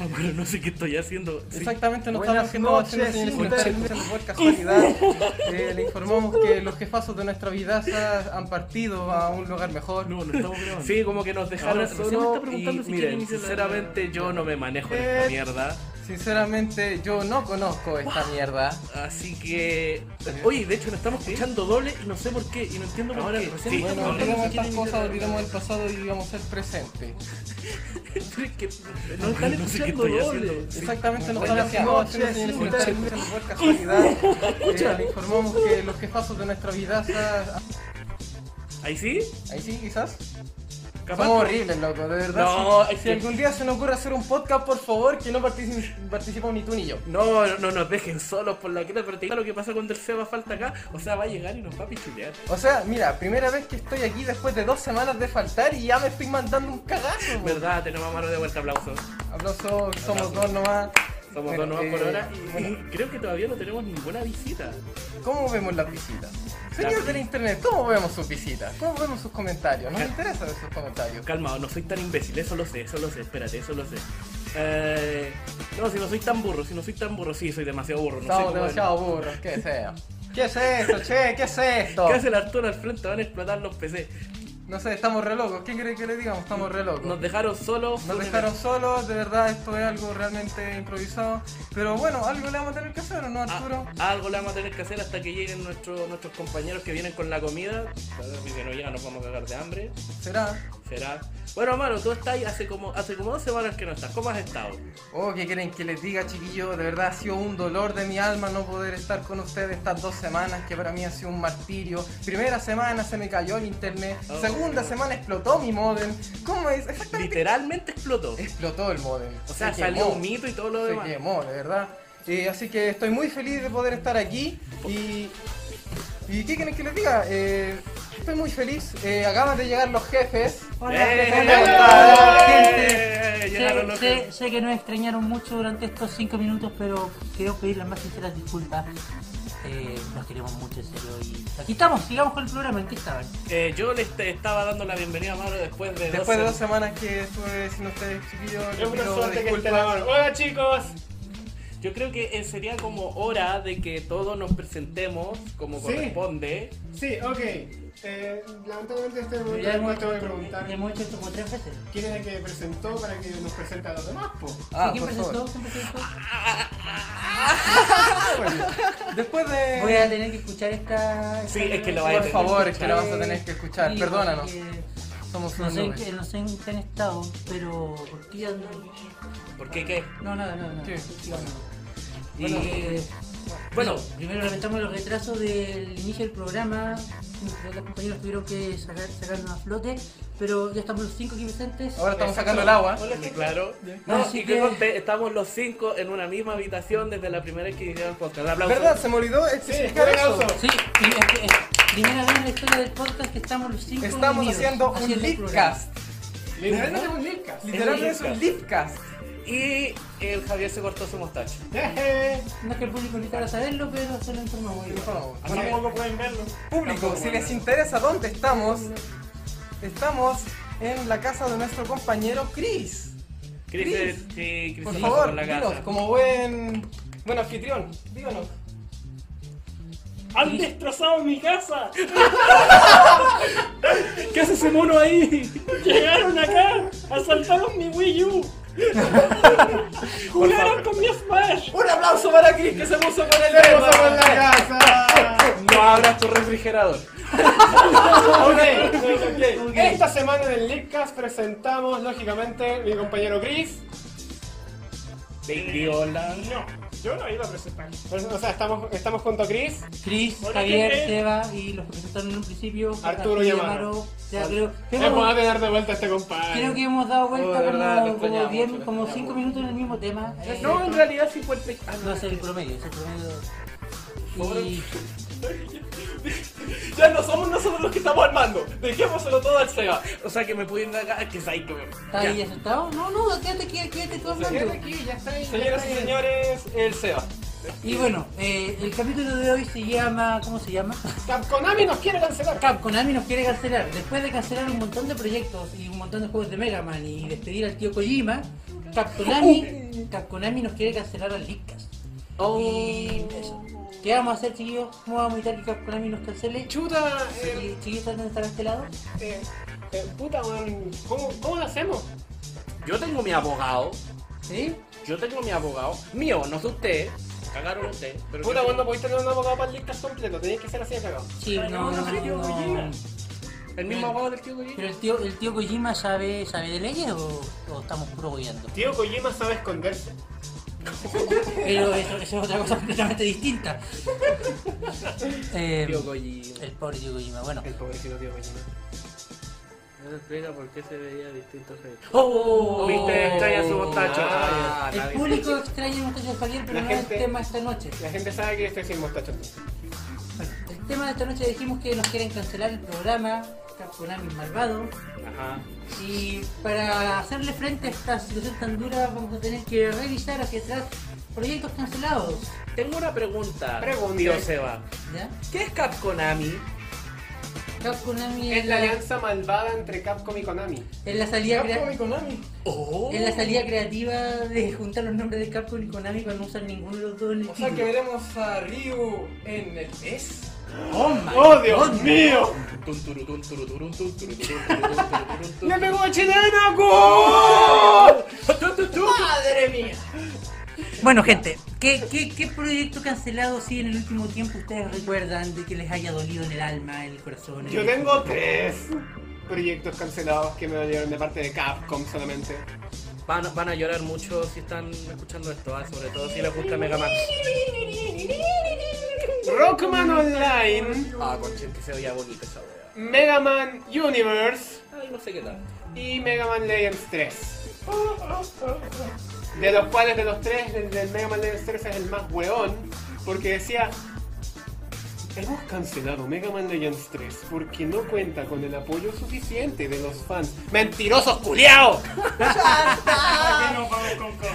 Ah, bueno, no sé qué estoy haciendo. Sí. Exactamente, no Buenas estamos haciendo noches, haciendo señales, sino que internet. estamos haciendo podcast calidad. Eh, le informamos que los jefazos de nuestra vidaza han partido a un lugar mejor. No, no estamos grabando. Sí, como que nos dejaron Ahora solo recién me está y, preguntando si quieren miren, iniciar la- sinceramente yo no me manejo en esta Eh. mierda, Sinceramente, yo no conozco esta mierda. así que... Oye, de hecho nos estamos escuchando doble y no sé por qué, y no entiendo por Ahora qué. recién Sí, me Bueno, ahora estamos sí olvidemos quieren estas iniciar cosas, la- olvidemos el pasado y vivamos el presente. Pero es que no están No sé escuchando qué estoy doble. haciendo. Exactamente, nos están Buenas haciendo noches, haciendo señales, sino que internet. estamos haciendo podcast calidad. Eh, le informamos que los jefazos de nuestra vidaza. ¿Ahí sí? Ahí sí, quizás. Capaz. Somos horribles, loco, de verdad. No, si, es si que- algún día se nos ocurre hacer un podcast, por favor, que no participes- participamos ni tú ni yo. No, no, no nos dejen solos por la creta, pero te digo lo que pasa cuando el Seba falta acá. O sea, va a llegar y nos va a pichulear. O sea, mira, primera vez que estoy aquí después de dos semanas de faltar y ya me estoy mandando un cagazo. po. Verdad, tenemos a mano de vuelta, aplausos. Aplausos, somos dos nomás. Somos Bueno, dos nomás eh, por ahora y, bueno, y creo que todavía no tenemos ninguna visita. ¿Cómo vemos las visitas? Señores del internet, ¿cómo vemos sus visitas? ¿Cómo vemos sus comentarios? Nos Ca- interesa ver sus comentarios. Calma, no soy tan imbécil, eso lo sé, eso lo sé, espérate, eso lo sé. Eh, no, si no soy tan burro, si no soy tan burro, sí, soy demasiado burro. No sé Estamos cómo demasiado burros, qué sea. ¿Qué es esto, che? ¿Qué es esto? hablar. ¿Qué hace el Arturo al frente? Van a explotar los PC. No sé, estamos re locos. ¿Qué crees que le digamos? Estamos re locos. Nos dejaron solos. Nos fue un dejaron solos, de verdad esto es algo realmente improvisado. Pero bueno, algo le vamos a tener que hacer, ¿o no, Arturo? Ah, algo le vamos a tener que hacer hasta que lleguen nuestros nuestros compañeros que vienen con la comida. A ver, Si no llegan nos vamos a cagar de hambre. ¿Será? Será. Bueno, Maro, tú estás ahí hace como, hace como dos semanas que no estás. ¿Cómo has estado? Oh, ¿qué quieren que les diga, chiquillos? De verdad ha sido un dolor de mi alma no poder estar con ustedes estas dos semanas, que para mí ha sido un martirio. Primera semana se me cayó el internet, Oh. segunda semana explotó mi modem. ¿Cómo es? Exactamente. Literalmente explotó. Explotó el modem. O sea, Se salió quemó. un mito y todo lo Se demás. quemó, de verdad. Eh, así que estoy muy feliz de poder estar aquí y... ¿Y qué quieren que les diga? Eh, estoy muy feliz. Eh, acaban de llegar los jefes. ¡Eh! ¿Cómo están, gente? ¡Eh! Llegaron Sé, los sé- que- sé que nos extrañaron mucho durante estos 5 minutos, pero quiero pedir las más sinceras disculpas. Eh, nos queremos mucho, en serio. Y aquí estamos, sigamos con el programa. ¿En qué estaban? Eh, yo les te- estaba dando la bienvenida a Maro después de Después de dos dos semanas. semanas que estuve sin ustedes, chiquillos, les pido disculpas. ¡Hola, chicos! Yo creo que eh, sería como hora de que todos nos presentemos como Sí. corresponde. Sí, ok. Eh, lamentablemente en este momento Ya ya hemos, te voy a preguntar ya hemos hecho esto como tres veces. quién es el que presentó para que nos presente a los demás, po. Ah, ¿Y ¿Quién por presentó? favor. ¿Quién presentó? Después Voy a de... tener que escuchar esta. Sí, esta- es que lo vaya a Por tener favor, es que escuchar. lo vas a tener que escuchar. Sí, Perdónanos. porque Somos No unos sé, en nubes. qué, no sé en qué han estado, pero. ¿Por qué han- ¿Por qué qué? No, nada, nada, nada. ¿Qué? Sigamos. Y- Bueno, eh, bueno, Primero lamentamos los retrasos del inicio del programa, los compañeros tuvieron que sacar, sacarnos a flote, pero ya estamos los cinco aquí presentes. Ahora estamos Exacto. sacando el agua. claro. No, Así y que que- conté, estamos los cinco en una misma habitación desde la primera vez que hicieron podcast. Aplausos. ¿Verdad? Se me olvidó especificar un eso. aplauso. Sí, y es que es primera vez en la historia del podcast que estamos los cinco Estamos reunidos haciendo un el programa. leadcast. Literalmente es un Lilcast. Literalmente es un leadcast. Y el Javier se cortó su mostacho. Jeje. No es que el público necesitara saberlo, pero se lo informamos. Por favor. Así que- Tampoco pueden verlo. Público, si les interesa dónde estamos, estamos en la casa de nuestro compañero Chris. Chris, Chris, eh, sí, Chris Por está favor, con la dinos, casa. como buen, buen anfitrión, díganos. ¡Han destrozado mi casa! ¿Qué hace ese mono ahí? Llegaron acá, asaltaron mi Wii U. Un aplauso para Chris que se puso con el ¡Vamos a tema. la casa! No abras tu refrigerador. Ok, ok. Esta semana en el Leakcast presentamos, lógicamente, mi compañero Chris. Baby, hola. No, yo no iba a presentar. Pues, O sea, estamos, estamos junto a Chris. Chris, Hola, Javier, gente. Seba y los que presentaron en un principio. Arturo y Yamaro. Amaro. O sea, creo, creo- Vamos a tener de vuelta a este compadre. creo que hemos dado vuelta Oh, de verdad, lo como, como, extrañamos, diez- lo como extrañamos. cinco minutos en el mismo tema. Eh, No, en realidad 50. Ah, No es el promedio, es el promedio. Y Ya no somos nosotros los que estamos armando. Dejémoselo todo al Seba. O sea que me pudieron cagar. Que ahí que me. ¿Estás ahí asustado? No, no, quédate aquí, quédate tú hablando. Señoras y señores, el Seba. Y bueno, eh, el capítulo de hoy se llama. ¿Cómo se llama? Cap- Konami nos quiere cancelar. Cap, Konami nos quiere cancelar. Después de cancelar un montón de proyectos y un montón de juegos de Mega Man y despedir al tío Kojima, Cap Konami, Cap Konami nos quiere cancelar al Leadcast. Oh, Y eso. ¿Qué vamos a hacer, chiquillos? ¿Cómo vamos a evitar que Cap Konami nos cancele? Chuta, eh, Chiqui- Chiquillos, ¿están de este lado? eh, eh, puta, weón, ¿cómo, ¿cómo lo hacemos? Yo tengo mi abogado. ¿Sí? Yo tengo mi abogado. Mío, no sé usted. Cagaron usted. Pero Puta, yo- cuando podéis tener un abogado para el Leakcast completo, tenéis que ser así de cagado. Sí, no, no, no. El mismo abogado del tío Guillermo. ¿Pero el tío, el tío Kojima sabe, sabe de leyes o, o estamos puro guiando? Tío Kojima sabe esconderse. Pero eso, eso es otra cosa completamente distinta. Eh, Tío Kojima. el pobre tío Kojima, bueno. El pobrecito tío Kojima. No se explica por qué se veía distinto ¡Oh! Viste, extraña su mostacho. Ah, El público extraña el mostacho de Javier, pero La no gente- es el tema esta noche. La gente sabe que estoy sin mostacho. El tema de esta noche dijimos que nos quieren cancelar el programa, Capconami malvado. Ajá. Y para hacerle frente a esta situación tan dura, vamos a tener que revisar hacia atrás proyectos cancelados. Tengo una pregunta. Pregunte. Tío Seba. ¿Ya? ¿Qué es Capconami? Capconami Es la alianza malvada entre Capcom y Konami. es la salida crea- Konami? Oh. Es la salida creativa de juntar los nombres de Capcom y Konami para no usar ninguno de los dos en el título. veremos a Ryu en el E S. ¡Oh, my ¡Oh, Dios God! mío! Tun, turu, tun, turu, turun, tun, turu, turun, turun, turun, turun, ¡Le pegó a Chilena! ¡Gol! turun, tun, tun. ¡Madre mía! Bueno, gente, ¿qué, qué, qué proyecto cancelado sí en el último tiempo ustedes recuerdan de que les haya dolido en el alma, en el corazón? en Yo el- tengo tres proyectos cancelados que me dolieron de parte de Capcom solamente. Van, van a llorar mucho si están escuchando esto, ah, sobre todo si les gusta Mega Man. Rockman Online, Ah, conchen, que se veía bonito esa wea. Mega Man Universe Ay, no sé qué tal. y Mega Man Legends 3. De los cuales de los tres, el del Mega Man Legends 3 es el más hueón, porque decía... Hemos cancelado Mega Man Legends 3 porque no cuenta con el apoyo suficiente de los fans. ¡Mentirosos culiao!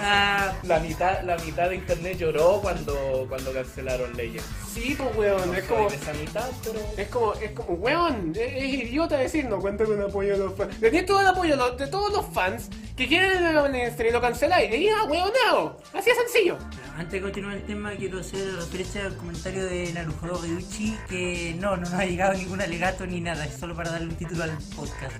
Ah, La mitad, la mitad de internet lloró cuando, cuando cancelaron Legends. Sí, pues hueón, es Soy como... de esa mitad, pero... Es como, es como, weón, es, es idiota decir no cuenta con apoyo de los fans. Tenés todo el apoyo de los- de todos los fans que quieren el Mega Man Extra y lo canceláis. Y ya, weonao. Así de sencillo. antes de continuar el tema, quiero hacer referencia al comentario de Narujodo Ryuchi que no, no nos ha llegado ningún alegato ni nada, es solo para darle un título al podcast.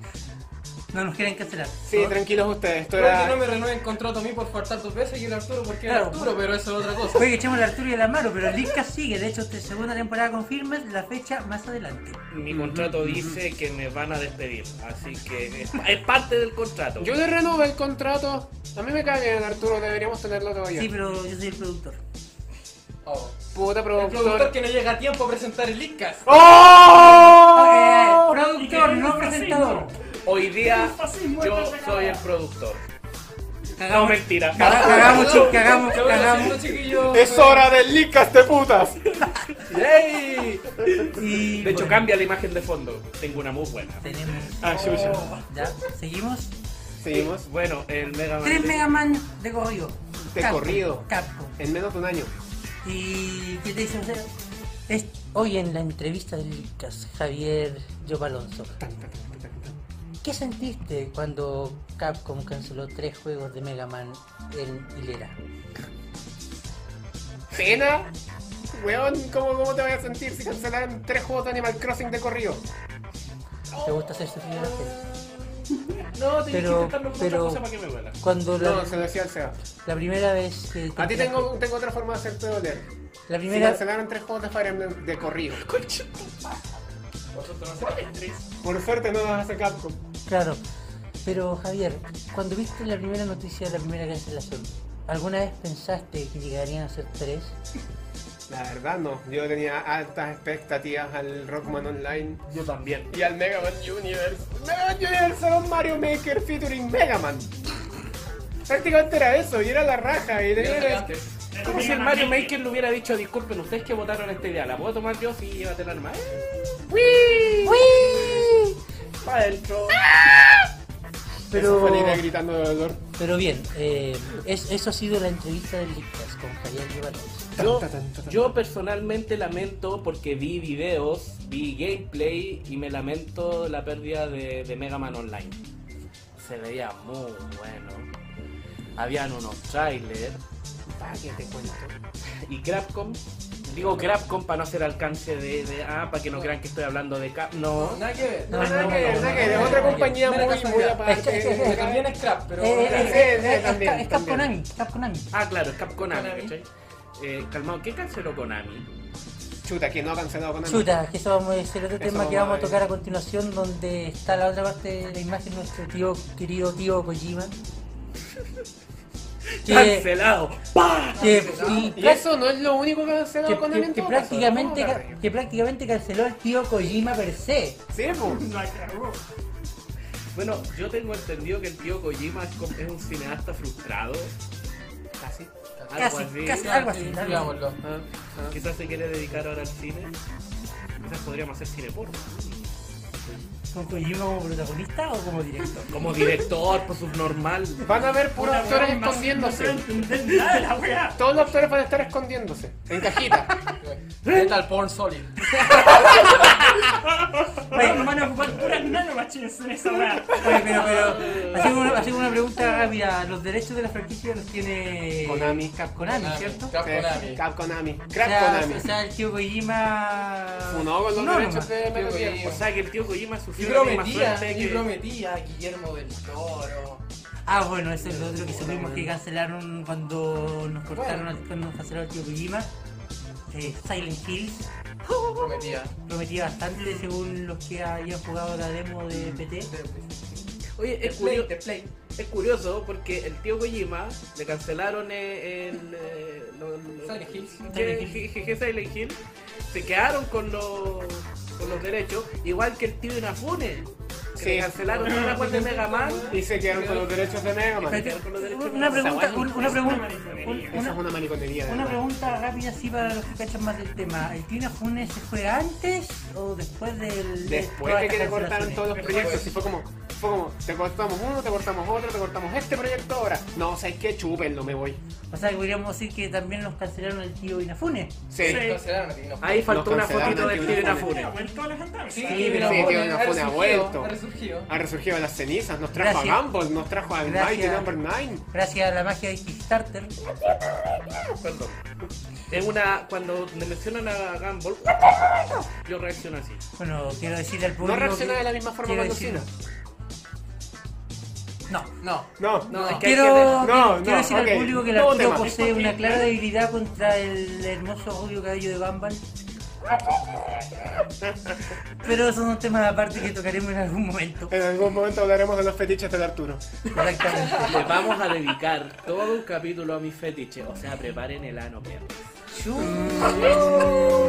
No nos quieren cancelar. Sí, tranquilos ustedes, esto Creo era. que no me renueven contrato a mí por faltar dos veces y el Arturo porque era Claro. Arturo, pero eso es otra cosa. Oye, echemos la Arturo y la Amaro, pero el Lizca sigue. De hecho, esta segunda temporada confirma la fecha más adelante. Mi contrato dice que me van a despedir, así que es, es parte del contrato. Yo le renové el contrato. A mí me cae el Arturo, deberíamos tenerlo todavía. Sí, pero yo soy el productor. Oh. Puta El productor productor. que no llega a tiempo a presentar el Lickas. ¡Oh! Eh, productor, no presentador. Hoy día yo soy el productor. No, Cagamos, mentira. caga- cagamos, chicos, cagamos, Yo voy cagamos. haciendo, chiquillos. Es hora del licas de putas. Yay. Y, De hecho, bueno, cambia la imagen de fondo. Tengo una muy buena. Tenemos. Ah, chucha. Ya, seguimos. Seguimos. Bueno, el Mega Man. Tres Mega Man de corrido. De corrido. Capcom. En menos de un año. ¿Y qué te dicen hacer? Es- hoy en la entrevista del Lucas Javier Job Alonso. ¿Qué sentiste cuando Capcom canceló tres juegos de Mega Man en hilera? pena. Weón, ¿cómo, ¿cómo te vas a sentir si cancelaran tres juegos de Animal Crossing de corrido? ¿Te gusta hacer sufrir a la gente? No, tenés Pero- que intentarlo con otra pero- cosa para que me duela. Cuando la, No, se lo decía al Seba. la primera vez que... A ti tengo, tengo otra forma de hacerte doler. La Se primera... cancelaron tres juegos de Fire Emblem de corrido. Vosotros no sabéis, Tris. Por suerte no nos hace Capcom. Claro. Pero Javier, cuando viste la primera noticia de la primera cancelación, ¿alguna vez pensaste que llegarían a ser tres? La verdad no. Yo tenía altas expectativas al Rockman Online Yo también. y al Mega Man Universe. Mega Man Universe era un Mario Maker featuring Mega Man. Prácticamente era eso y era la raja y tenía Es como si el Mario Maker le hubiera dicho, disculpen, ustedes que votaron esta idea, ¿la puedo tomar yo? Sí, llévate el arma. Va adentro. Eso Pero, fue la idea gritando de dolor. pero bien, eh, es- eso ha sido la entrevista del Lickcast con Javier Guevara. Yo, Tan, tan, tan, tan. yo personalmente lamento porque vi videos, vi gameplay y me lamento la pérdida de, de Mega Man Online. Se veía muy bueno. Habían unos trailers. Pa' que Ah, te cuento. Y Crapcom. Digo Crapcom para no hacer alcance de, de- Ah, para que no crean que estoy hablando de Cap. No. Nada que ver. No, Nada no, que ver, no, nada no, que no, ver. no, otra no, compañía Mera muy, muy casualidad. Es que- es que- aparte. Que también es crap, pero. Eh, eh, sí, eh, sí, eh, es también, Cap- es Cap también. Konami, Cap Konami. Ah, claro, Cap Konami, Konami. ¿cachai? Eh, calmado, ¿qué canceló Konami? Chuta, que no ha cancelado con él. Chuta, que eso vamos a ser otro Eso tema que vamos vamos a a ver. tocar a continuación, donde está la otra parte de la imagen de nuestro tío, querido tío Kojima. Que, Cancelado. ¡Pah! que- y Y eso no es lo único que ha que- cancelado con que- él en que todo caso, prácticamente, ¿no? ca- que prácticamente canceló el tío Kojima per se. Sí, pues. Bueno, yo tengo entendido que el tío Kojima es co- es un cineasta frustrado. Así. Algo Casi, así. casi. Ya, Algo así, sí, algo así. digámoslo. Ah, ah. Quizás se quiere dedicar ahora al cine. Quizás podríamos hacer cine porno. ¿Con Kojima como protagonista o como director? Como director, pues subnormal. Van a ver puros actores escondiéndose. Todos los actores van a estar escondiéndose. En cajita. Metal Porn Solid. Bueno, van a ocupar puras nanobachines en esa weá. Oye, pero, pero, así como una, así como una pregunta rápida, ¿los derechos de la franquicia los tiene Konami, Capcom. Konami, Konami, cierto? Cap Konami. Cap Konami. O Crap sea, Konami. o sea, el tío Kojima... Funó con los Funó derechos nomás. de Metal Digo, Gear. y- O sea que el tío Kojima Y sufrió la misma prometía, suerte y que... prometía a Guillermo del Toro. Ah, bueno, eso es lo otro que supimos que cancelaron cuando nos cortaron, al- cuando nos cancelaron al tío Kojima. Eh, Silent Hills Prometía. prometía bastante según los que habían jugado la demo de PT. Oye, De es, Play, curio- de Play. es curioso porque el tío Kojima le cancelaron eh, el... eh, lo- lo- Silent Hills. Je- Je- Je- Je- Silent Hill. Se quedaron con los, con los derechos, igual que el tío Inafune. Que Sí. le cancelaron una cual de Mega Man. Y se quedaron con los derechos de Mega Man. Espérate, Esa Una pregunta, un- una pregunta, un- es una, una mariconería. de Una verdad. pregunta rápida así para los que cachan más del tema. ¿El Tina Funes se fue antes o después del... Después de que te todas las cortaron todos los proyectos, Después. y fue como, fue como, te cortamos uno, te cortamos otro, te cortamos este proyecto ahora. No, o sea, es que chúpenlo, me voy. cancelaciones? O sea, que podríamos decir que también nos cancelaron el tío Inafune. Sí. Sí. Cancelaron a ti, no. Ahí faltó Nos una cancelaron fotito del al tío tío Inafune. Sí, pero sí, bueno, tío, no ha fue un resurgido, abuelto. Ha resurgido. Ha resurgido de las cenizas, nos trajo Gracias. a Gumball, nos trajo a Mighty Gracias. Number 9. Gracias a la magia de Kickstarter. Perdón. Es una. Cuando me mencionan a Gumball, yo reacciono así. Bueno, quiero decirle al público... No reacciona de la misma forma quiero cuando decir- cena. No. No. No, No. es que hay Quiero, que- No, quiero no, decir ok. al público que el Nuevo Arturo tema. posee una clara debilidad contra el hermoso rubio cabello de Bambal. Pero esos son temas aparte que tocaremos en algún momento. En algún momento hablaremos de los fetiches del Arturo. Exactamente. Le vamos a dedicar todo un capítulo a mis fetiches. O sea, preparen el ano, perro. Ah,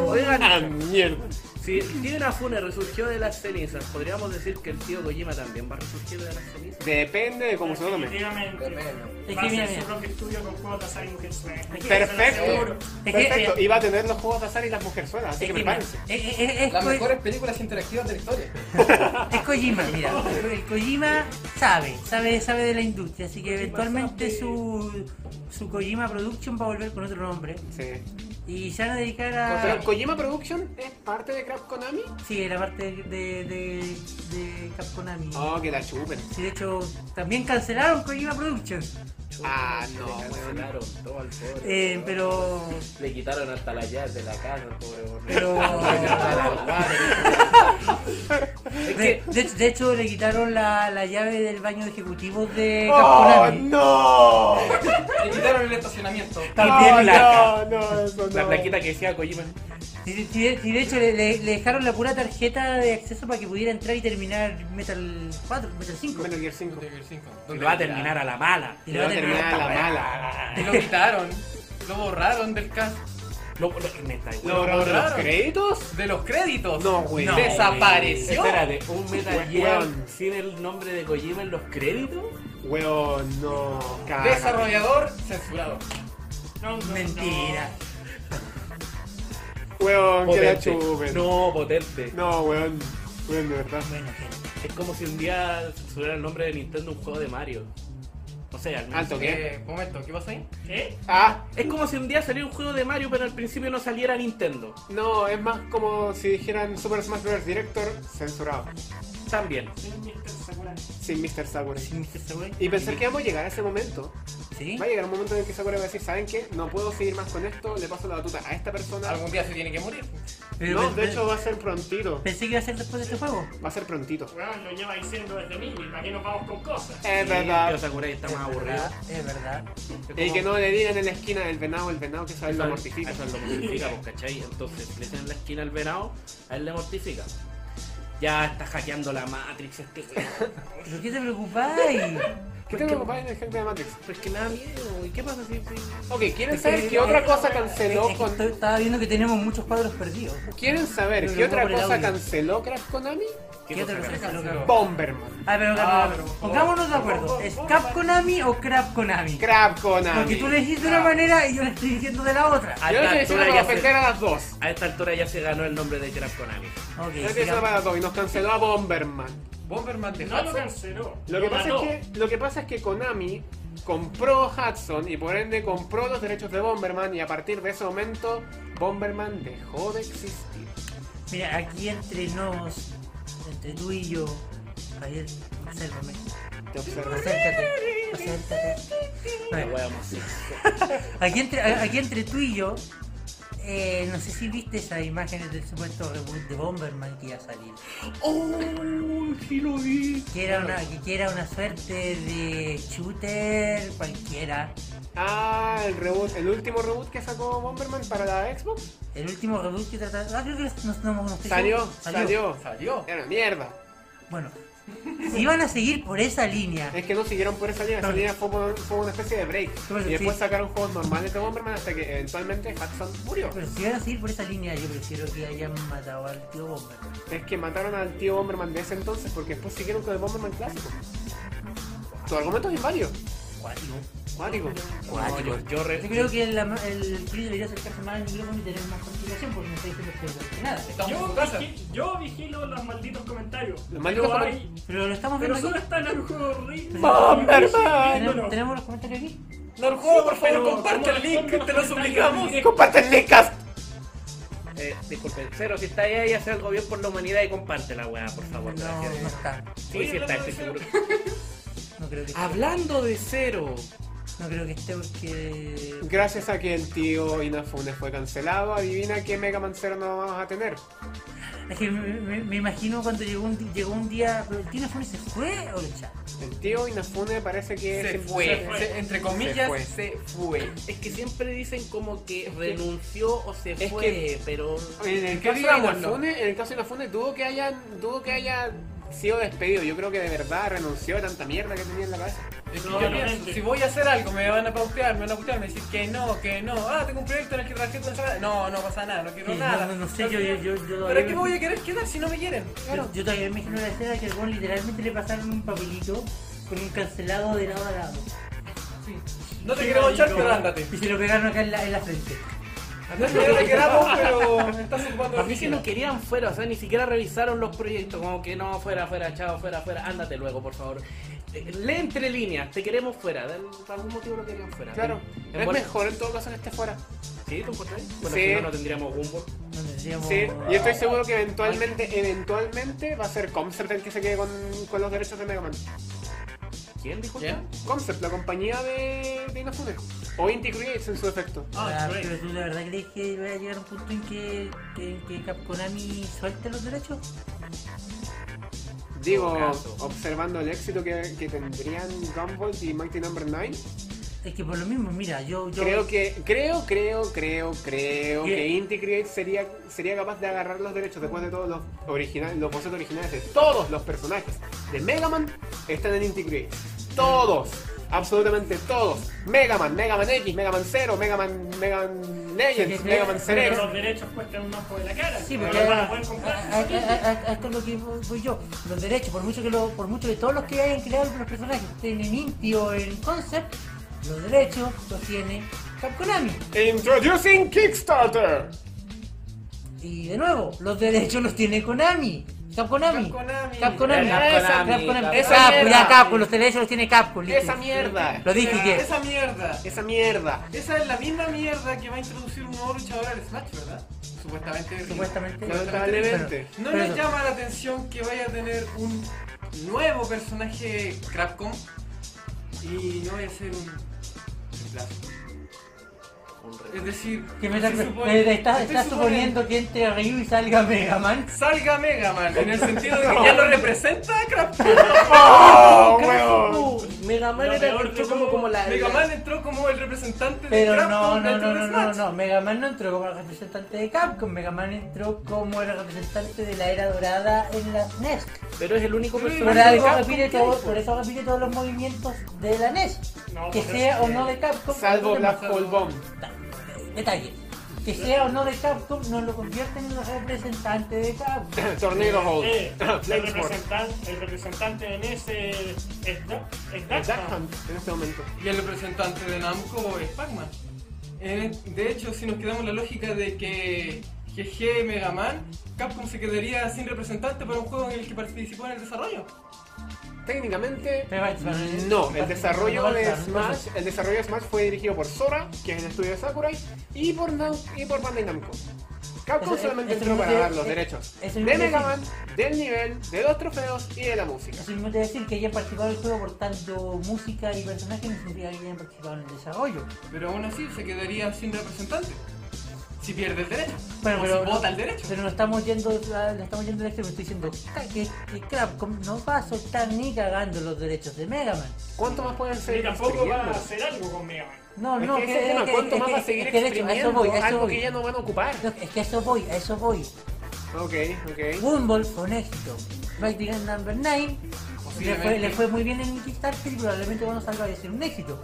Oigan, mierda. si el tío Inafune resurgió de las cenizas, podríamos decir que el tío Kojima también va a resurgir de las cenizas. Depende de cómo se lo tome. De Definitivamente. menos. Es Va que a mira, ser mira. su propio estudio con juegos de azar y mujer sueña. Perfecto. Es que- Perfecto. Y va a tener los juegos de azar y las mujerzuelas, así Es que que mira, prepárense. es- es- es Las Ko- mejores películas interactivas de la historia. es Kojima, mira. El Kojima sabe, sabe, sabe de la industria, así que eventualmente su, su Kojima Production va a volver con otro nombre. Sí. Y se van a dedicar Pero a. Kojima Production es parte de Crap Konami. Sí, la parte de, de, de Capconami. Ah. Oh, que la chupen. Sí, de hecho, también cancelaron Kojima Productions. Ah, no, Le cancelaron todo al pobre. Eh, pero. Le quitaron hasta la llave de la casa, al pobre. weón. Pero- Le quitaron hasta la guardia. Es De, que de- de hecho, le quitaron la, la llave del baño de ejecutivos de ¡Oh, Capconami. no! Le quitaron el estacionamiento. También no, la- No, no, eso no. la plaquita que decía Kojima. Sí, sí, sí, de hecho, le, le- le dejaron la pura tarjeta de acceso para que pudiera entrar y terminar Metal 4, Metal 5. Metal Gear 5. Metal Gear 5. Y lo va a terminar a la mala. Y Y le va a terminar a esta la weá. Y mala. lo quitaron. Lo borraron del cast. Lo, lo- me está ¿Lo borraron de los borraron. créditos? De los créditos. No, güey. No, Desapareció. güey. Espérate, un Metal Gear Weón. sin el nombre de Kojima en los créditos. Weón, no. cágate. Desarrollador censurado. No, no, Mentira. Weón, que la Potente. chupen. No, potente. No, weón. Weón, de verdad. Bueno, gente. Es como si un día subiera el nombre de Nintendo un juego de Mario. O sea, al menos- ¿Eh? Alto, ¿qué? Eh, momento, ¿qué pasó ahí? ¿Qué? Ah, es como si un día saliera un juego de Mario, pero al principio no saliera Nintendo. no, es más como si dijeran Super Smash Bros. Director censurado. También. Soy un Mr. Sakura. Sin Mr. Sakurai. ¿Sí, Mr. Subway? Y pensar que vamos a llegar a ese momento. ¿Sí? Va a llegar un momento en el que Sakurai va a decir, ¿saben qué? No puedo seguir más con esto, le paso la batuta a esta persona. Algún día se tiene que morir. Pero No, pe- de hecho va a ser prontito. Pensé que iba a ser después de este juego. Va a ser prontito. Weón, lo lleva diciendo desde mil. ¿Para qué nos vamos con cosas? Es Tío verdad. Sakurai está más Es aburrido. verdad, Es verdad. Y que no le digan en la esquina el venado, el venado que sabe Eso lo es- mortifica. Eso es lo mortifica, pues, ¿cachai? Entonces, si le echan en la esquina al venado, a él le mortifica. Ya está hackeando la Matrix este weón. ¿Pero qué te preocupáis? ¿Qué te preocupa en el gente de Matrix? Pero es que me da miedo. ¿Y qué pasa si.? si- Ok, ¿quieren saber qué otra cosa canceló Es que con... estoy- Estaba viendo que tenemos muchos cuadros perdidos. ¿Quieren saber Pero qué no otra por el cosa audio. canceló Crash Konami? ¿Qué otra cosa se loca? Bomberman. Ah, pero, Ah, pero- pero- pongámonos de acuerdo. ¿Es Cap Konami o Crap Konami? Crab Konami. Porque tú le dijiste de una manera y yo le estoy diciendo de la otra. A Yo esta le estoy diciendo altura para ya se- ofender a las dos. a esta altura ya se ganó el nombre de Crab Konami. Ok, Yo le estoy diciendo sigamos. para las dos y nos canceló a Bomberman. Bomberman de No lo Hudson. canceló. Lo que, pasa mató. es que, lo que pasa es que Konami compró Hudson y por ende compró los derechos de Bomberman y a partir de ese momento Bomberman dejó de existir. Mira, aquí entre nos, entre tú y yo, Javier, obsérvame. Te observo. Acércate, acércate. A La ver, wea más Aquí entre, a- aquí entre tú y yo, eh, no sé si viste esas imágenes del supuesto reboot de Bomberman que iba a salir. ¡Oh! Sí lo vi. Que era una, que- que era una suerte de shooter cualquiera. Ah, el reboot, el último reboot que sacó Bomberman para la Xbox El último reboot que trataba. Ah, creo que no, no, no estoy salió, seguro. salió, Salió. Era una mierda. Bueno, si van a seguir por esa línea, Es que no siguieron por esa línea, esa No. línea fue, por- fue una especie de break. Pero Y después sí. sacaron juegos normales de Bomberman hasta que eventualmente Hudson murió. pero si van a seguir por esa línea, yo prefiero que hayan matado al tío Bomberman. Es que mataron al tío Bomberman de ese entonces porque después siguieron con el Bomberman clásico. Tu argumento es inválido. Cuático. Cuático. Ah, No, yo, yo re- Pues, Yo creo que la, el Chris debería acercarse más al micrófono y tener más complicación porque no está diciendo absolutamente nada. Estamos en Yo, su casa. vigi- yo vigilo los malditos comentarios. Los malditos Yo, comentarios. ay, Pero lo estamos Pero viendo solo aquí. están al juego horrible. ¿Tenemos, tenemos los comentarios aquí. Narujodo, por favor, Pero, comparte el link, ¿cómo te lo los suplicamos. comentarios? Comparten licas. Eh, disculpe, Cero, si está ahí, hace algo bien por la humanidad y comparte la weá, por favor. No, gracias. no está. Sí, sí está, estoy seguro. No creo que esté. Hablando de Cero, No creo que esté porque. Gracias a que el tío Inafune fue cancelado, adivina qué Mega Man Zero no vamos a tener. Es que me, me- me imagino cuando llegó un, di- llegó un día. ¿Pero el teléfono se fue o el chat? El tío Inafune parece que Se siempre- fue. se fue. Se- entre comillas, fue. se fue. es que siempre dicen como que renunció o se es fue, que- pero. En el ¿Qué caso de digamos, Inafune, en el caso de Inafune dudo que hayan, dudo que haya sido despedido. Yo creo que de verdad renunció a tanta mierda que tenía en la cabeza. Es que No, yo no, pienso, no, no. si voy a hacer algo, me van a pautear, me van a putear, me decís que no, que no. Ah, tengo un proyecto en el que trabajé con esa- No, no pasa nada, no quiero Sí, nada. no, no, no sé, yo- yo- yo- yo ¿Pero todavía- qué me voy a querer quedar si no me quieren? Claro. Yo, yo todavía me imagino la escena que al weón literalmente le pasaron un papelito con un cancelado de lado a lado. No te quiero manchar, pero ándate. Y se lo pegaron acá en la, en la frente. No es que no te queramos, pero me estás ocupando A mí que oficina. no querían fuera, o sea, ni siquiera revisaron los proyectos, como que no, fuera, fuera, chao, fuera, fuera, ándate luego, por favor. Eh, Lee entre líneas, te queremos fuera, de- por algún motivo lo querían fuera. Claro, En- en es bola- mejor en todo caso que esté fuera. ¿Sí? ¿Tú encontrás? Bueno, Sí. si no, no tendríamos Gumball. No tendríamos. Sí, y estoy seguro que eventualmente, eventualmente va a ser Comsert el que se quede con, con los derechos de Mega Man. ¿Quién dijo ¿Ya? Concept, la compañía de, de Inafune. O Inti Creates en su efecto. Ah, Ah, sí. pero tú de verdad crees que va a llegar un punto en que, que, en que Capconami suelte los derechos? Digo, caso. observando el éxito que, que tendrían Gumball y Mighty Number 9, Es que por lo mismo, mira, yo, yo creo que, creo, creo, creo, creo ¿Qué? que Inti Creates sería, sería capaz de agarrar los derechos después de todos los originales, los bocetos originales de todos los personajes de Mega Man están en Inti Creates. Todos, absolutamente todos. Mega Man, Mega Man X, Mega Man Zero, Mega Man, Mega Man Legends, Sí, Mega Man Pero Cerebro. los derechos cuestan un ojo de la cara. Sí, no porque los a, van a a- poder comprar. Eh, a- a- a- a- esto es lo que voy voy yo. Los derechos, por mucho que lo, por mucho que todos los que hayan creado los personajes estén en Inti o en Concept, los derechos los tiene Capconami. Introducing Kickstarter. Y de nuevo, los derechos los tiene Konami. Capconami. Capconami. Capconami. Esa- Capconami. esa Capcom, mierda. ya Capcom, los derechos los tiene Capcom. listo. Esa mierda. Lo dije que. Esa mierda. Esa mierda. Esa es la misma mierda que va a introducir un nuevo luchador al Smash, ¿verdad? Supuestamente. Supuestamente. Lamentablemente. ¿No Pero- les llama la atención que vaya a tener un nuevo personaje Crabcom? Y no vaya a ser un reemplazo. Es decir, Que me se está, supone- me está- se está supone- suponiendo que entre Ryu y salga Mega Man. Salga Mega Man, en el sentido de que ya lo representa a Crabcom. ¡Oh, huevo! Mega Man Lo era peor entró de como, todo, como la. Mega la- Man entró como el representante de Pero no, Crabcom no, dentro no, de no, no, Smash. no, Mega Man no entró como representante de Capcom, Mega Man entró como el representante de la era dorada en la NES. Pero es el único Por personaje de algo Capcom repite que todo- hay, po. por eso repite todos los movimientos de la NES. No, que pues, sea eh, o no de Capcom. Salvo no Black tenemos- Hole Bomb. Detalle. Que sea o no de Capcom, no lo convierten en el representante de Capcom. Tornado Hole. Eh, el, Flamesport. representante, el representante en ese es, Da- es Dark Darkman. Hunt en este momento. Y el representante de Namco es Pac-Man. Eh, de hecho, si nos quedamos en la lógica de que GG Mega Man, Capcom se quedaría sin representante para un juego en el que participó en el desarrollo. Técnicamente. Pero, bueno, No, el desarrollo no, de no, no, Smash, el desarrollo de Smash fue dirigido por Sora, que es el estudio de Sakurai, y por Nam y por Bandai Namco. Capcom Eso- eso- solamente eso entró mismo para te- dar los eh, derechos eso de mismo te decía. Mega Man, del nivel, de los trofeos y de la música. Eso mismo te decir que hayan participado en el juego por tanto música y personajes no significa que hayan participado en el desarrollo. Pero aún así se quedaría sin representante. Si pierde el derecho. Bueno, o pero- si vota el derecho. Pero no estamos yendo, a- no estamos yendo al extremo, estoy diciendo que, que Capcom no va a soltar ni cagando los derechos de Mega Man. ¿Cuánto más pueden seguir Y tampoco va exprimiendo? a hacer algo con Mega Man. No, Es no, que ese es el tema, que- ¿Cuánto es más que- va a seguir es que de hecho, a eso exprimiendo voy, a eso algo voy. que ya no van a ocupar? No, es que a eso voy, a eso voy. Ok, ok. Gumball fue un éxito. Mighty Gun Number 9 le fue, Posiblemente. le fue muy bien en el Kickstarter y probablemente cuando salga va a ser un éxito.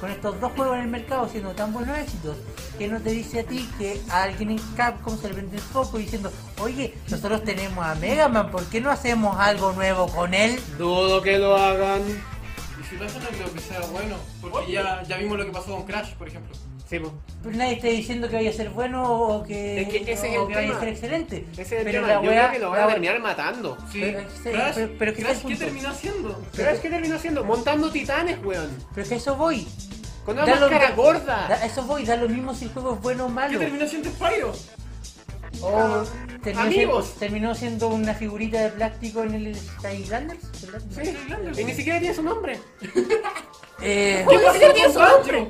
Con estos dos juegos en el mercado siendo tan buenos éxitos, que no te dice a ti que a alguien en Capcom se le prende el foco diciendo, oye, nosotros tenemos a Mega Man, ¿por qué no hacemos algo nuevo con él? Dudo que lo hagan. Y si lo hacen, no creo que sea bueno. Porque ya, ya vimos lo que pasó con Crash, por ejemplo. Sí, po. Pues nadie está diciendo que vaya a ser bueno o que, Es que ese es o el que vaya tema. a ser excelente. ese es el pero tema. la Yo wea- creo que lo la van a wea- terminar matando. Sí, Pero- Eh, sí, Crash, pero- pero que Crash, está el ¿qué punto. terminó haciendo? Pero es que terminó haciendo montando titanes, weón. Pero que a eso voy. Con una Da lo- máscara gorda. da- a eso voy, da lo mismo si el juego es bueno o ¿Qué malo. terminó siendo Spyro? O terminó, Ah, Amigos. siendo, terminó siendo una figurita de plástico en el Skylanders. Sí, y ni siquiera tiene su nombre. Eh, ¡Ni siquiera tiene su nombre!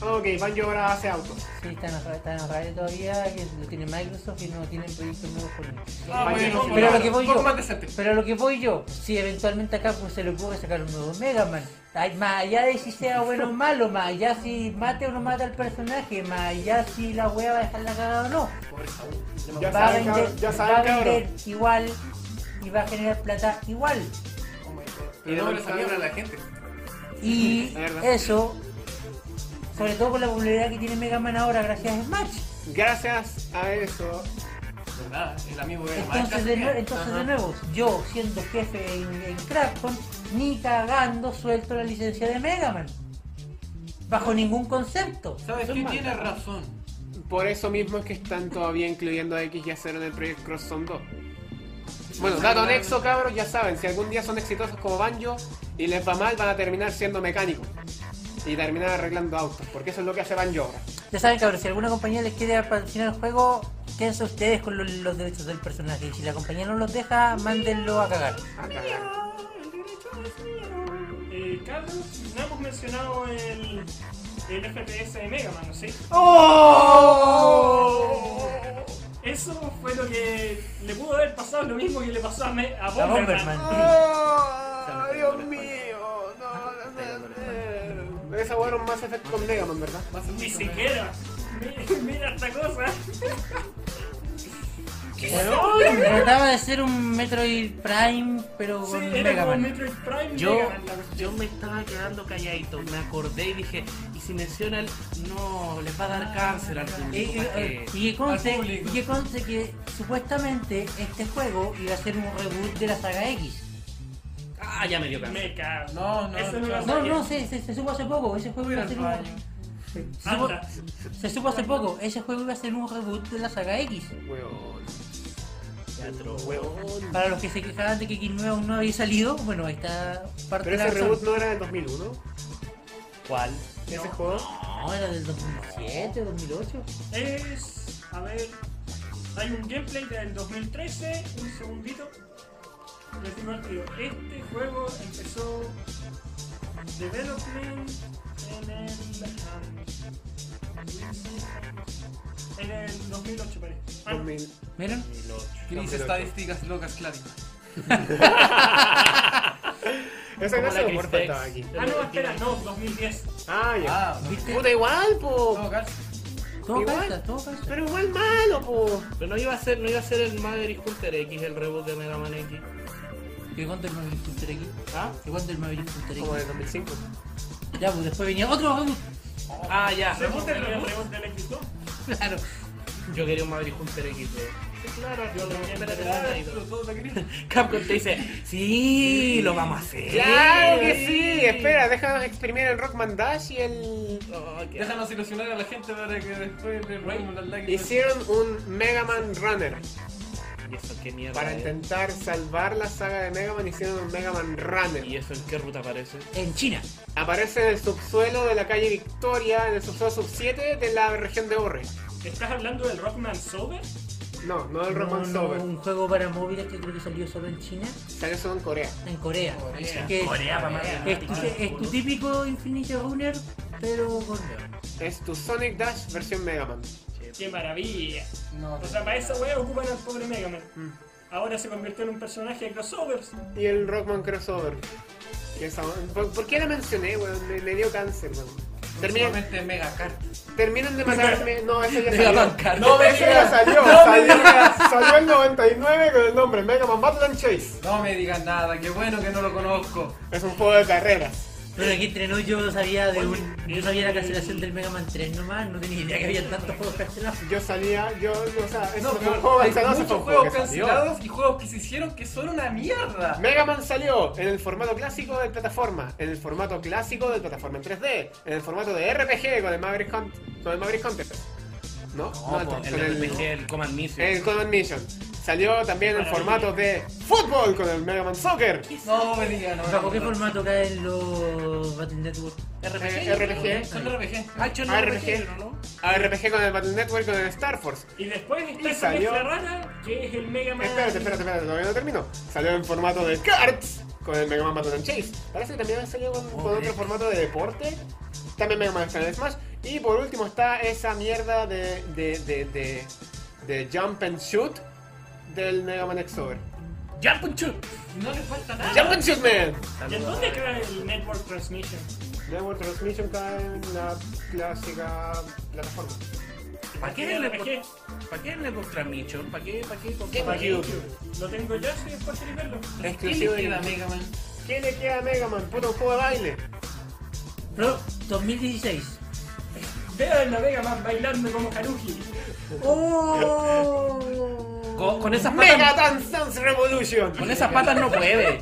Ok, Banjo ahora hace autos. sí, están a, están a radio todavía, que lo tiene Microsoft y no tienen proyectos nuevos con él. Ah, bueno, Pero Pero a bueno, lo que voy un poco yo, más decente. pero a lo que voy yo, si eventualmente acá pues, se le ocurre sacar un nuevo Mega Man, ay, más allá de si sea bueno o malo, más allá si mate o no mata al personaje, más allá si la wea va a dejar la cagada o no, Ya va a saben, vender, cabrón. Ya va a saben, vender cabrón. igual y va a generar plata igual. Pero no me lo sabía para la gente. Y La verdad. eso, sobre todo con la popularidad que tiene Mega Man ahora gracias a Smash. Gracias a eso. ¿Verdad? El amigo de Entonces, de, nue- entonces de nuevo, yo siendo jefe en, en Capcom, ni cagando suelto la licencia de Mega Man. Bajo ningún concepto. ¿Sabes qué? Tienes razón. Por eso mismo es que están todavía incluyendo a X y a Zero en el Project Cross Zone 2. Bueno, dato anexo, cabros, ya saben, si algún día son exitosos como Banjo y les va mal, van a terminar siendo mecánicos. Y terminar arreglando autos, porque eso es lo que hace Banjo ahora. Ya saben, cabrón, si alguna compañía les quiere patrocinar el juego, quédense ustedes con los, los derechos del personaje. Y si la compañía no los deja, mándenlo a cagar. Ah, cagada. El derecho es mío. Eh, no hemos mencionado el, el FPS de Mega Man, ¿no es cierto? Oh. Eso fue lo que le pudo haber pasado, lo mismo que le pasó a, Me- a La Bomberman. Bomberman. ¡Oh, Dios mío, No, no, no. Esa hueá era un Mass Effect con Mega Man, ¿verdad? Mass Effect Ni con Mega Man. siquiera. Mira, mira esta cosa. Trataba de ser un Metroid Prime, pero Sí, con era Mega como Man. Metroid Prime Yo, Mega Man, la cuestión. yo me estaba quedando calladito, me acordé y dije, y si mencionan, no, les va a dar cáncer al Y, público. y- ¿para qué? Eh, y que conste, Al público. y que conste que supuestamente este juego iba a ser un reboot de la saga X. Ah, ya me dio cáncer. Me cago. No, no, Eso no lo chao. No, sabía. no, se, se, se supo hace poco, ese juego iba a ser un... Se supo, Anda. se supo hace poco, ese juego iba a ser un reboot de la saga X. Hueón. Teatro. Hueón. Para los que se quejaban de que X9 aún no había salido, bueno, ahí está parte de Pero la ese razón. reboot no era del 2001. ¿Cuál? Ese juego. No, era del 2007, 2008. Es. A ver. Hay un gameplay del 2013. Un segundito. Les digo al tiro, Este juego empezó. Development en el. ah, um, en el 2008, parece. Ah, no. 2000. ¿Vieron? Gris estadísticas locas clásicas. Esa Como clase la de Chris humor Tex. faltaba aquí. Ah, no, espera, no, 2010. Ah, ya. Ah, no. ¿Viste? Puta, igual, po. Todo calza. Todo Igual. calza, todo calza. Pero igual malo, po. Pero no iba a ser, no iba a ser el Maverick Hunter X, el reboot de Mega Man X. ¿Y cuánto el Maverick Hunter X? ¿Ah? ¿Y cuánto el Maverick Hunter Como del X? 2005. Ya, pues después venía otro reboot. Ah, ya. Reboot del reboot del X2. Claro. Yo quería un Maverick Hunter X. eh. Sí, claro, yo lo espérate, espérate, espérate. Todo la gris. Capcom te dice, sí, lo vamos a hacer. ¡Claro que sí! Espera, déjanos exprimir el Rockman Dash y el. Oh, qué- Déjanos ilusionar a la gente para que después le robemos las lágrimas. Hicieron un Mega Man Runner. ¿Y eso qué mierda? Para es? intentar salvar la saga de Mega Man, hicieron un Mega Man ¿Y Runner. eso en qué ruta aparece? En China. Aparece en el subsuelo de la calle Victoria, en el subsuelo sub 7 de la región de Orre. ¿Estás hablando del Rockman Sober? No, no del No, Rockman no, Sober. un juego para móviles que creo que salió solo en China, Salió solo en Corea. en Corea. Corea. Que es- mamá. Es, tu- es tu típico Infinity Runner, pero con Neo. Es tu Sonic Dash versión Mega Man. ¡Qué maravilla! No, O sea, para esa wea ocupan al pobre Mega Man. Mm. Ahora se convirtió en un personaje de crossovers. Y el Rockman Crossover. Que esa- ¿Por, por qué la mencioné, weón? Me, me dio cáncer, weón. Terminan, Próximamente Mega Cart. terminan de matarme. No, eso ya Mega Man salió. Card. No, eso ya salió. Salió, salió el 99 con el nombre Mega Man Battle and Chase. No me digas nada, qué bueno que no lo conozco. Es un juego de carreras. Pero aquí entre nos yo sabía de un. Yo sabía la cancelación del Mega Man 3 nomás, no tenía idea que había tantos juegos cancelados. Yo salía, yo, o sea, eso No, fue un pero juego hay cancelado, eso fue muchos un juego juegos que salió. cancelados y juegos que se hicieron que son una mierda. Mega Man salió en el formato clásico de plataforma, en el formato clásico de plataforma en 3D, en el formato de RPG con el Maverick Hunt, con el Maverick Hunter. ¿No? No, no, po, con el RPG, el Command Mission. el Command Mission. Salió también en formato de fútbol con el Mega Man Soccer. No me digas, no. ¿Bajo qué formato caen los Battle Network? ah, Eh, RPG. Son RPG. Action RPG. RPG con el Battle Network con el Star Force. Y después está Y esa salió- mezcla rara que es el Mega Man. Espérate, espérate, espérate, todavía no termino. Salió en formato de cards con el Mega Man Battle and Chase. Parece que también salió con, con otro formato de deporte. También Mega Man está en el Smash. Y por último está esa mierda de, de, de, de, de jump and shoot del Mega Man X-Over. Jump and shoot. No le falta nada. ¡Jump pues, and shoot, man! ¿Y en dónde queda el Network Transmission? Network Transmission está en la clásica plataforma. ¿Para qué el el RPG? ¿Para qué el Xbox Transmission? ¿Para qué? ¿Para qué? ¿Para qué? Para Thank you. GameCube. Lo tengo yo, si después queréis verlo. Exclusivo de la Mega Man. ¿Qué le queda a Mega Man? Puto un juego de baile. Pro 2016. Vean la Mega Man bailando como Haruji. Con, con esas patas. Mega Dance Dance Revolution. Con esas patas no puede.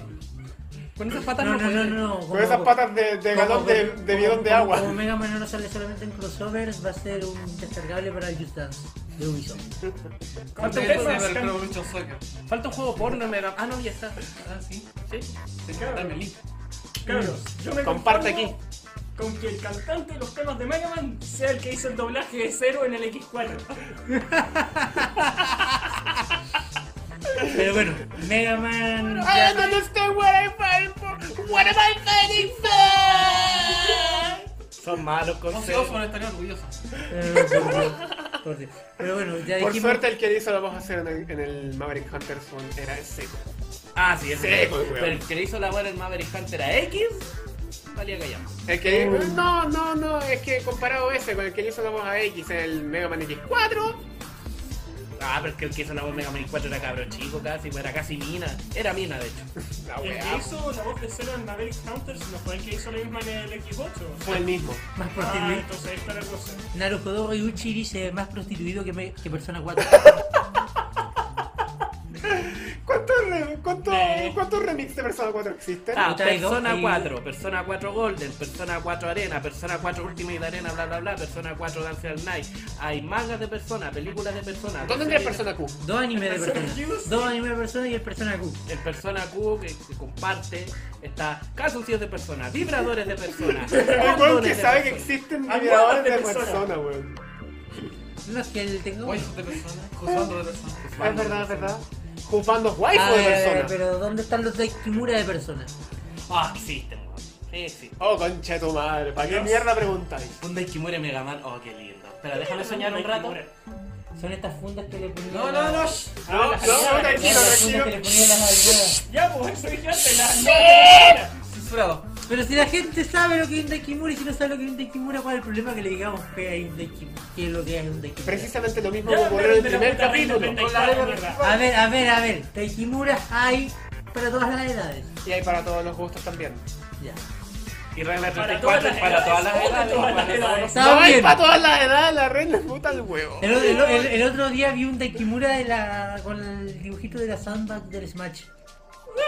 Con esas patas No, no, no, no, no. no, Con como- esas patas de, de galón de, de bidón de como- agua. Como Mega Man no sale solamente en crossovers, va a ser un descargable para Just Dance de Ubisoft. Con Falta tu un Mega Super Pro Man. Evolution Soccer. Falta un juego porno en Mega Ah, no, ya está. Ah, sí. Sí. Dame el link. Cabros, yo me Comparte conformo Con que el cantante de los temas de Mega Man sea el que hizo el doblaje de cero en el X4. Pero bueno, Ah, Mega Man. I don't understand what I'm fighting for. What am I fighting for? Son malos No sé, consejos. Osborn estaría orgulloso. Por Dios. Pero bueno, ya Por dijimos. suerte el que hizo la voz hacer en el, en el Maverick Hunter Swan era seco. Ah, sí, ese. Sí, pues, weón. Pero el que le hizo la buena en Maverick Hunter a X, valía callamos. El que no, no, no, es que comparado ese con el que le hizo la voz a X en el Mega Man X4, Ah, pero es que el que hizo la voz en Mega Man 4 era cabro chico casi, pues, era casi mina. Era mina, de hecho. la El weá que hizo la voz de Cero en Maverick Counters no fue el que hizo la misma en el Xbox. fue el mismo. Más Ah, prostituido. entonces esta era cosa. Naruhodoro Yuichi dice más prostituido que, me- que persona 4. ¿Cuántos re- cuánto, Eh. cuántos remix de Persona 4 existen? Ah, Puta, hay dos, Persona hay- 4, Persona 4 Golden, Persona 4 Arena, Persona 4 Ultimate Arena, bla bla bla, Persona 4 Dance All Night. Hay mangas de Persona, películas de Persona. ¿Dónde entra series- el Persona Q? Dos animes de Persona persona. Q, Dos animes de persona y el persona Q. El Persona Q que, que comparte, está calzoncillos de Persona, vibradores de Persona. El weón que condones de sabe que Persona. existen Hay vibradores de huevas de Persona. Persona, weón. No es que el tengo. Oye, de persona, juzgando de persona. Es verdad, es verdad. Jugando Ah, waifu de ya, ya, ya, Persona. pero ¿dónde están los de Kimura de persona? Ah, existen, weón. Sí, existen. Oh, concha de tu madre, ¿para qué Dios. mierda preguntáis? Funda y Kimura y Mega Man, oh, qué lindo. Pero déjame soñar un rato. Son estas fundas que le ponían. No, a- no, no. shh. No, no, ya, tranquilo, Estas fundas que tranquilo. le ponían a las avenidas. Ya, pues eso dije antes. La... Censurado. Pero si la gente sabe lo que es un Daikimura y si no sabe lo que es un Daikimura, ¿cuál es el problema que le digamos que hay un Daikimura? ¿Qué es lo que es un Daikimura? Precisamente lo mismo Ya, que ocurrió en el de la primer puta reina, capítulo. pendejo. Con la regla de- Mierda. A ver, a ver, a ver. Daikimura hay para todas las edades. Y hay para todos los gustos también. Ya. Y regla Para 34 es para todas las edades. todas las para todos los- Está no hay bien. para todas las edades, la reina es puta el huevo. El, o- el o- el- el otro día vi un Daikimura de la, con el dibujito de la sandbag del Smash.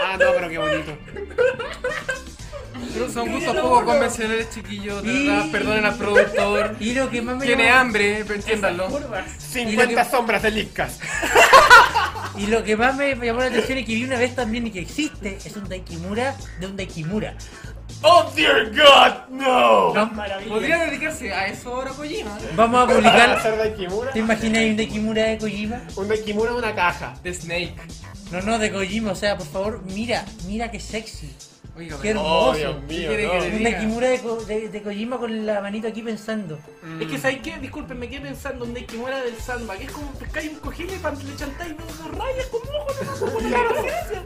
Ah, no, pero qué bonito. Pero son gustos poco convencionales, chiquillos. De verdad, Y- perdonen al productor. Y lo que más me Tiene llamó- hambre, pero entiéndanlo. Curvas. 50 sombras de Liscas. Y lo que más me llamó la atención y que vi una vez también y que existe es un Daikimura de un Daikimura. Oh dear God, no. Oh Vam- Podría dedicarse a eso ahora, Kojima. Vamos a ¿Van a publicar. ser Daikimura? ¿Te imaginas un Daikimura de Kojima? Un Daikimura en una caja. The Snake. No, no, de Kojima, o sea, por favor, mira, mira qué sexy. Oiga, Qué pero- Oh, hermoso. Dios mío, quiere que no. le un diga? Daikimura de, Ko- de- de Kojima con la manito aquí pensando. Mm. Es que, ¿sabes qué? Disculpen, me quedé pensando en Daikimura del Sandbag. Es como pescáis un cojín y pan- le chantáis dos, dos rayas con mojo, no con la paciencia.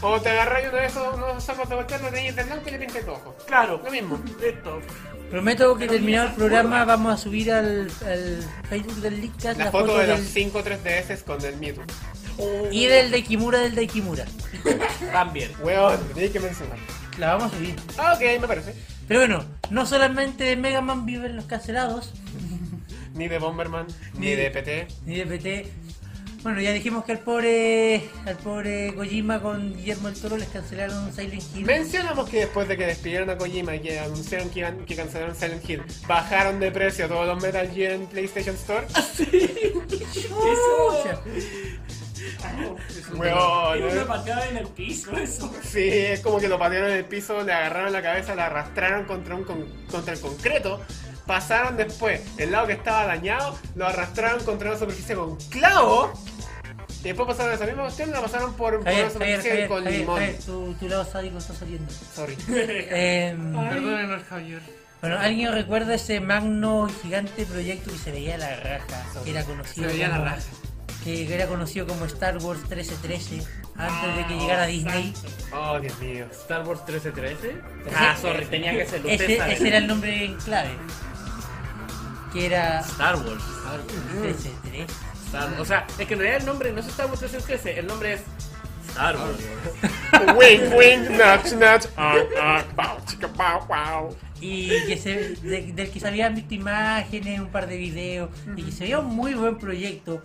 O te agarras uno de esos, unos sombras de voltear, lo tenéis de blanco y le pintas tu ojo. Claro, Lo mismo. esto. Prometo que terminado el programa vamos a subir al, al Facebook del Leadcast La, foto, de los 5 3DS con el Mewtwo. y del Daikimura del Daikimura. También. Weón, lo tenéis que mencionar. La vamos a subir. Ah, ok, me parece. Pero bueno, no solamente de Mega Man viven los cancelados, Ni de Bomberman, ni, Ni- de PT. ni de PT. Bueno, ya dijimos que al pobre, al pobre Kojima con Guillermo del Toro les cancelaron Silent Hill. Mencionamos que después de que despidieron a Kojima y que anunciaron que, iban- que cancelaron Silent Hill, bajaron de precio todos los Metal Gear en PlayStation Store. Chucha. Weón, Tiene eh. una patada en el piso, eso. Sí, es como que lo patearon en el piso, le agarraron la cabeza, la arrastraron contra, un con- contra el concreto. Pasaron después el lado que estaba dañado, lo arrastraron contra una superficie con clavo. Y después pasaron esa misma cuestión, la pasaron por, por Javier, una Javier, superficie Javier, con Javier, limón. Javier, tu, tu lado sádico está saliendo. Sorry. Em, Perdonen al Javier. bueno, ¿alguien recuerda ese magno gigante proyecto que se veía la raja? Que era Se conocido veía la como- raja. Que era conocido como Star Wars 1313 antes de que Ah, llegara Disney. Oh, Dios mío. Star Wars 1313. Ah, sorry, tenía que ser usted Ese, sabe. ¿eh? ese era el nombre en clave. Que era Star Wars. 1313. Star Wars. O sea, es que en realidad el nombre no es Star Wars 1313, el nombre es Star Wars. wing, wing, notch, notch, ah, ah, pow, chica, pow, pow. Y que se, de- del que se habían visto imágenes, un par de videos, y que se veía un muy buen proyecto.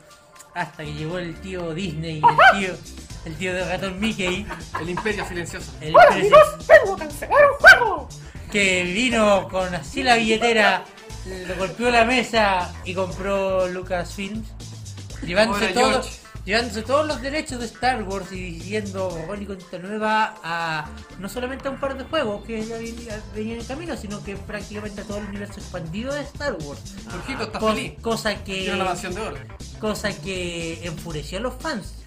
Hasta que llegó el tío Disney, el tío, el tío de ratón Mickey, El imperio silencioso. el Hola presi- amigos, vengo a cancelar un juego. que vino con así la billetera, le golpeó la mesa y compró Lucasfilms, llevándose Ahora, todos, George. llevándose todos los derechos de Star Wars y diciendo borrón y cuenta nueva a no solamente a un par de juegos que ya ven- ya venían en camino, sino que prácticamente a todo el universo expandido de Star Wars. Jorgito está Co- feliz. cosa Tiene una que mansión de oro. cosa que enfureció a los fans.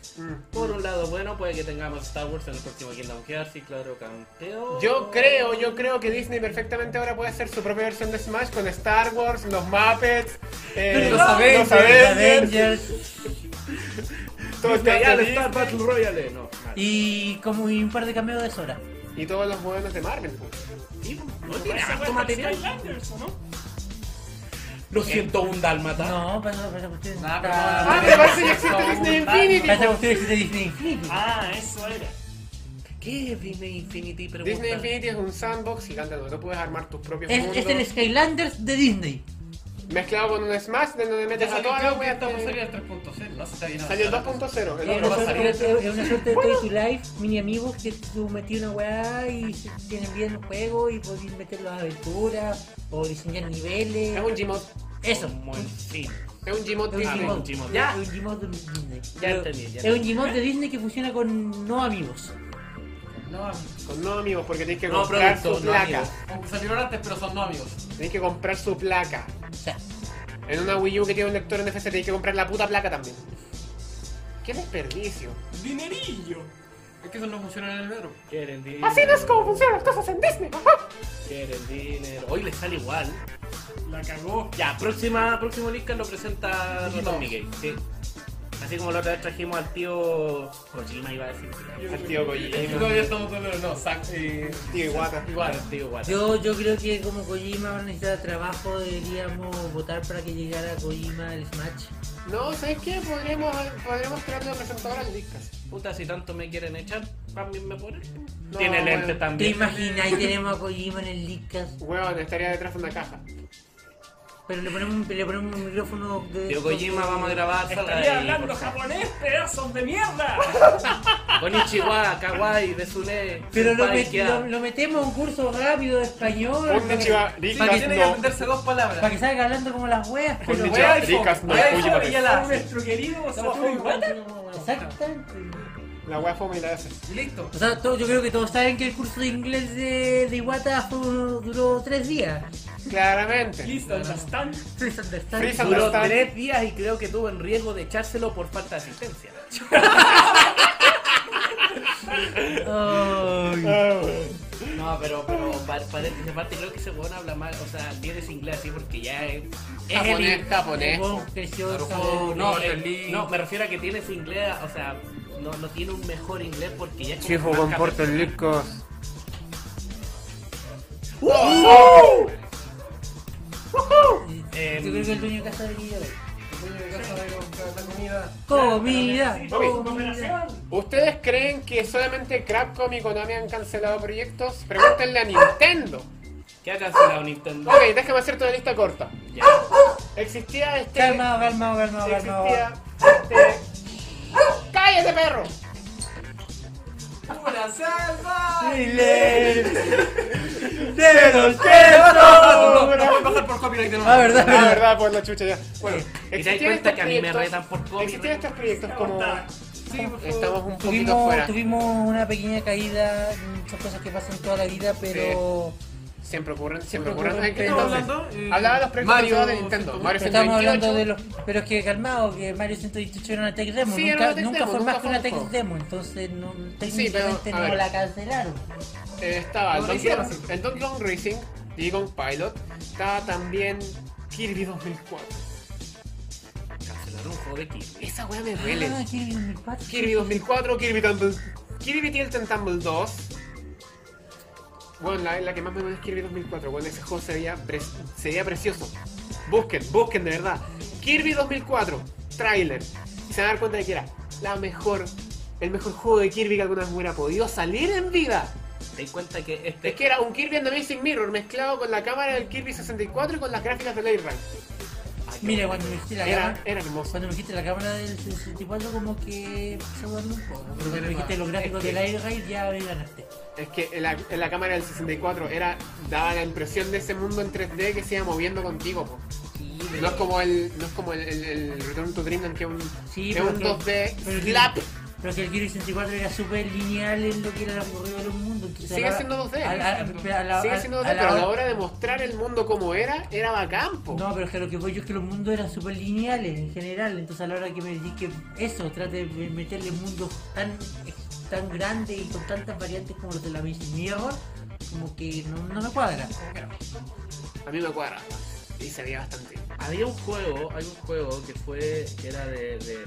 Por un lado, bueno, puede que tengamos Star Wars en el próximo Kingdom Hearts, sí, claro, campeón. Yo creo, yo creo que Disney perfectamente ahora puede hacer su propia versión de Smash con Star Wars, los Muppets, eh, Los Avengers, Avengers, Avengers. todo Disney, este ya, el Disney Star Battle Royale, no. mal. Y como y un par de cameos de Sora. y todos los modelos de Marvel. pues. Sí, no tiene Esa harto weá es material. Skylanders, ¿o no? Los 101 dálmatas. No, pasa, pasa usted. Ah, pero- Ah, Pasa pero parece que existe Disney Infinity. pues. pasa usted existe Disney Infinity. Ah, eso era. ¿Qué es Disney Infinity? Pregunta. Disney Infinity es un sandbox gigante donde tú puedes armar tus propios Es, mundos. es el Skylanders de Disney. Mezclado con un Smash de donde Ah, metes a Yo todas las creo que weas. este. esta que- sería el 3.0, no se está bien Salió el avanzada. 2.0. el Es una, otro suerte, pasaría. es- es una suerte de Toy to Life, mini amigos, que tú metí una weá y se tienen bien el juego y podéis meter las aventuras o diseñar Es niveles. un Ah, Gmod. Eso. Como en fin. Es un Gmod Es un Disney. Gmod. Gmod. Ya. Es un Gmod de Disney. Ya Pero entendí, ya Es un Gmod de Disney que funciona con no amigos. No amigos. Con no amigos, porque tenés que No comprar producto, su no placa. amigos. Aunque salieron antes, pero son no amigos. tenés que comprar su placa. O sea, En una Wii U que tiene un lector NFC tenés que comprar la puta placa también. Qué desperdicio. Dinerillo. Es que eso no funciona en el metro. Quieren dinero. Así no es como funcionan las cosas en Disney. ajá. Quieren dinero. Hoy les sale igual. La cagó. Ya, próxima, próximo Lincoln lo presenta Digimon. Rotom Miguel. Sí. Así como la otra vez trajimos al tío Kojima, iba a decir. Al tío Kojima. Todavía estamos con el no, Zack. eh, Tío Iwata. Igual. Al tío Wata. yo, yo creo que como Kojima va a necesitar trabajo, deberíamos votar para que llegara Kojima el Smash. No, ¿sabes qué? Podríamos, podríamos crearle un presentador al Discas. Puta, si tanto me quieren echar, también me ponen. No, Tiene lente bueno. ¿Te también. imaginas? Ahí tenemos a Kojima en el Leadcast. Weón, estaría detrás de una caja. Pero le ponemos, le ponemos un micrófono de... Tío Kojima, vamos a grabar. salga de Estaría ahí, hablando por favor. japonés, pedazos de mierda. Konnichiwa, kawaii, besune. Pero lo, senpai, met- kia. lo- lo metemos a un curso rápido de español. para que- Konnichiwa, Sí, Discas tiene que no. aprenderse dos Para palabras. que salga hablando como las weas. pero- Konnichiwa, Wea iPhone, Discas no. wea Kojima iPhone, no. y ya la hace. Nuestro querido Satoru Iwata. Exactamente. La wea fome y la hace. Y listo. O sea, todo- yo creo que todos saben que el curso de inglés de, de Iwata fue uno- duró tres días. Claramente. Listo, están. Please understand. Please Duró- Duró Understand. tres días y creo que tuvo en riesgo de echárselo por falta de asistencia. Ay. Ah, weón. No, pero, pero pa- paréntesis aparte, creo que ese weón habla mal, o sea, tiene ese inglés así porque ya es. es el Japonés, in- El japonés. huevón creció en No, San- no, Japonés, el- Berlín. no, me refiero a que tiene ese inglés, o sea, no, no tiene un mejor inglés porque ya es como Chifu, marca comporta el personal. Discas. Eh, Yo creo que el dueño de casa debería ver. Voy a casa de comprar la comida. Comida. Sí, Oye. comida. cooperación. ¿Ustedes creen que solamente Crabcom y Konami han cancelado proyectos? Pregúntenle a Nintendo. ¿Qué ha cancelado Nintendo? Ok, déjame hacerte una lista corta. Ya. Existía este. Calmado, calmado, calmado, calmado. Existía este. ¡Cállate, perro! ¡Una salva! ¡De los No, no, no, voy a pasar por copyright de nuevo. Ah, verdad. La verdad, por la chucha ya. Bueno, ¿Y te das existían cuenta estos que a mí me proyectos. retan por Existían copyright? estos proyectos como. Sí, por favor. Estamos un poquito Tuvimos, fuera. tuvimos una pequeña caída, muchas cosas que pasan toda la vida, pero Siempre ocurren, siempre Ocurren, ocurren. ¿qué Estamos Entonces, hablando, eh, hablaba de los proyectos Mario cancelados de Nintendo. 128. Mario pero estamos 128. hablando de los. Pero es que calmado, que Mario 118 era una tech demo, Sí, era nunca, una tech nunca demo, fue nunca más que fue una un tech juego. demo, entonces no, técnicamente pero, a no ver. la cancelaron. Eh, estaba No, el lo hicieron Donkey, el Donkey Kong Racing, Digong Pilot, estaba también Kirby 2004. Cancelaron un juego de Kirby. Esa weá me duele. Ah, Kirby 2004. Kirby 2004, Kirby Tumble. Kirby Tilt and Tumble 2. Bueno, la, la que más me duele es Kirby 2004. Bueno, ese juego sería, pre- sería precioso. Busquen, busquen de verdad. Kirby 2004, trailer. Y se van a dar cuenta de que era la mejor, el mejor juego de Kirby que alguna vez hubiera podido salir en vida. Te das cuenta que este. Es que era un Kirby and the Amazing Mirror mezclado con la cámara del Kirby 64 y con las gráficas de Light Rank. Mira, cuando me dijiste la Era, cámara. era hermoso. Cuando me dijiste la cámara del 64 como que se guardó un poco. Pero cuando me dijiste los gráficos Es que- del Air Raid ya me ganaste. Es que en la, en la cámara del 64 era, daba la impresión de ese mundo en 3D que se iba moviendo contigo. po. Sí, No es como el, no es como el, el- el Return to Dreamland que es un, Sí, que es pero un que- 2D pero que- slap. Pero que el Kirby 64 era súper lineal en lo que era el recorrido de los mundos, Entonces, Sigue a la- siendo 2D. a la- a la- Sigue siendo a otra, la- pero a la hora de mostrar el mundo como era, era bacán, po. No, pero es que lo que voy yo es que los mundos eran súper lineales en general. Entonces, a la hora que me decís que eso, trate de meterle mundos tan, tan grandes y con tantas variantes como los de la Amazing Mirror, como que no, no me cuadra. A mí me cuadra. Y se veía bastante. Había un juego, hay un juego que fue, que era de, de-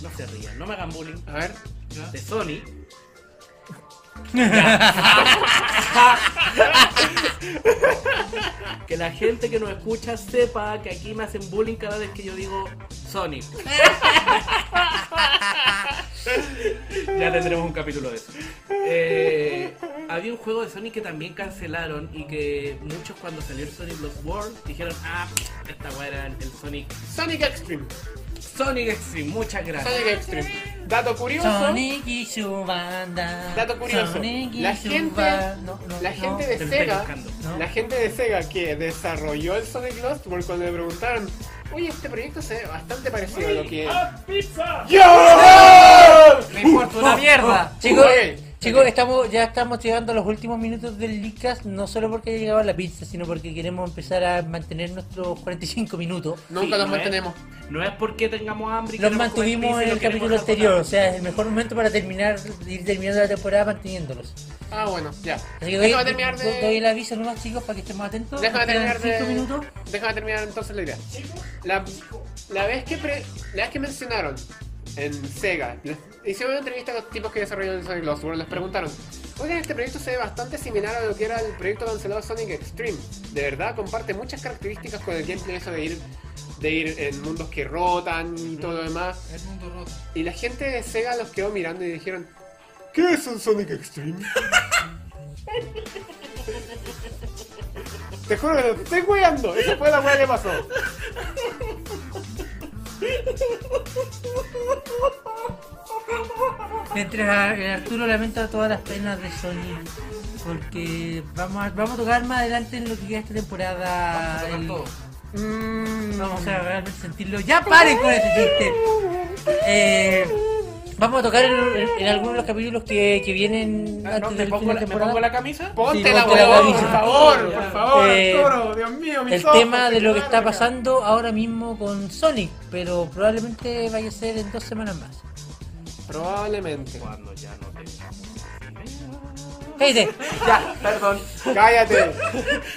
no se rían, no me hagan bullying, A ver. de Sony. que la gente que nos escucha sepa que aquí me hacen bullying cada vez que yo digo Sony. ya tendremos un capítulo de eso. Eh, había un juego de Sony que también cancelaron y que muchos cuando salió el Sonic Lost World dijeron, ah, esta weá era el Sonic. Sonic Extreme. Sonic Extreme, muchas gracias. Sonic Extreme. Dato curioso. Sonic y su banda. Dato curioso. Sonic y La su gente- ba- no, no, La no. gente Te de me estáis Sega, buscando. No. la gente de Sega que desarrolló el Sonic Lost World cuando le preguntaron, oye, este proyecto se ve bastante parecido a lo que ¡Ah, pizza! ¡Yo! Me importa una mierda. Oh, Chicos, Uy. chicos estamos, ya estamos llegando a los últimos minutos del Licas, no solo porque ya llegaba la pizza, sino porque queremos empezar a mantener nuestros 45 minutos. Nunca Sí, los ¿no es? mantenemos. No es porque tengamos hambre y Los queremos comer mantuvimos pizza y no en el queremos capítulo hacer anterior, o nada. sea, es el mejor momento para terminar, ir terminando la temporada manteniéndolos. Ah, bueno, ya. Así que doy, Déjame terminar do- doy el de... aviso nomás chicos para que estemos atentos. Déjame Nos quedan terminar de... cinco minutos. Déjame terminar entonces la idea. Chicos, La, la vez que pre- la vez que mencionaron en Sega, les- hicieron una entrevista a los tipos que desarrollaron Sonic Lost World, les preguntaron, oigan, este proyecto se ve bastante similar a lo que era el proyecto cancelado Sonic Extreme. De verdad, comparte muchas características con el gameplay, eso de ir, de ir en mundos que rotan y todo lo demás. El mundo roto. Y la gente de Sega los quedó mirando y dijeron, ¿qué es un Sonic Extreme? Te juro que te estoy cuidando. Esa fue la weá que pasó. Mientras Arturo lamenta todas las penas de Sony, porque vamos a, vamos a tocar más adelante en lo que queda esta Vamos temporada. a tocar el- todo. Mm. Vamos a realmente sentirlo. ¡Ya paren con ese chiste! Eh, vamos a tocar en, en alguno de los capítulos que, que vienen Ah, antes no, ¿Me del pongo fin de la- me temporada. pongo la camisa? Sí, Ponte la ponte la weón, camisa. por favor, Ya. por favor, Eh, Arturo, Dios mío, mis El ojos, tema de lo que está claro, pasando ahora mismo con Sonic, pero probablemente vaya a ser en dos semanas más. ya. Probablemente. Cuando ya no tengo. Cállate. Ya, perdón. Cállate,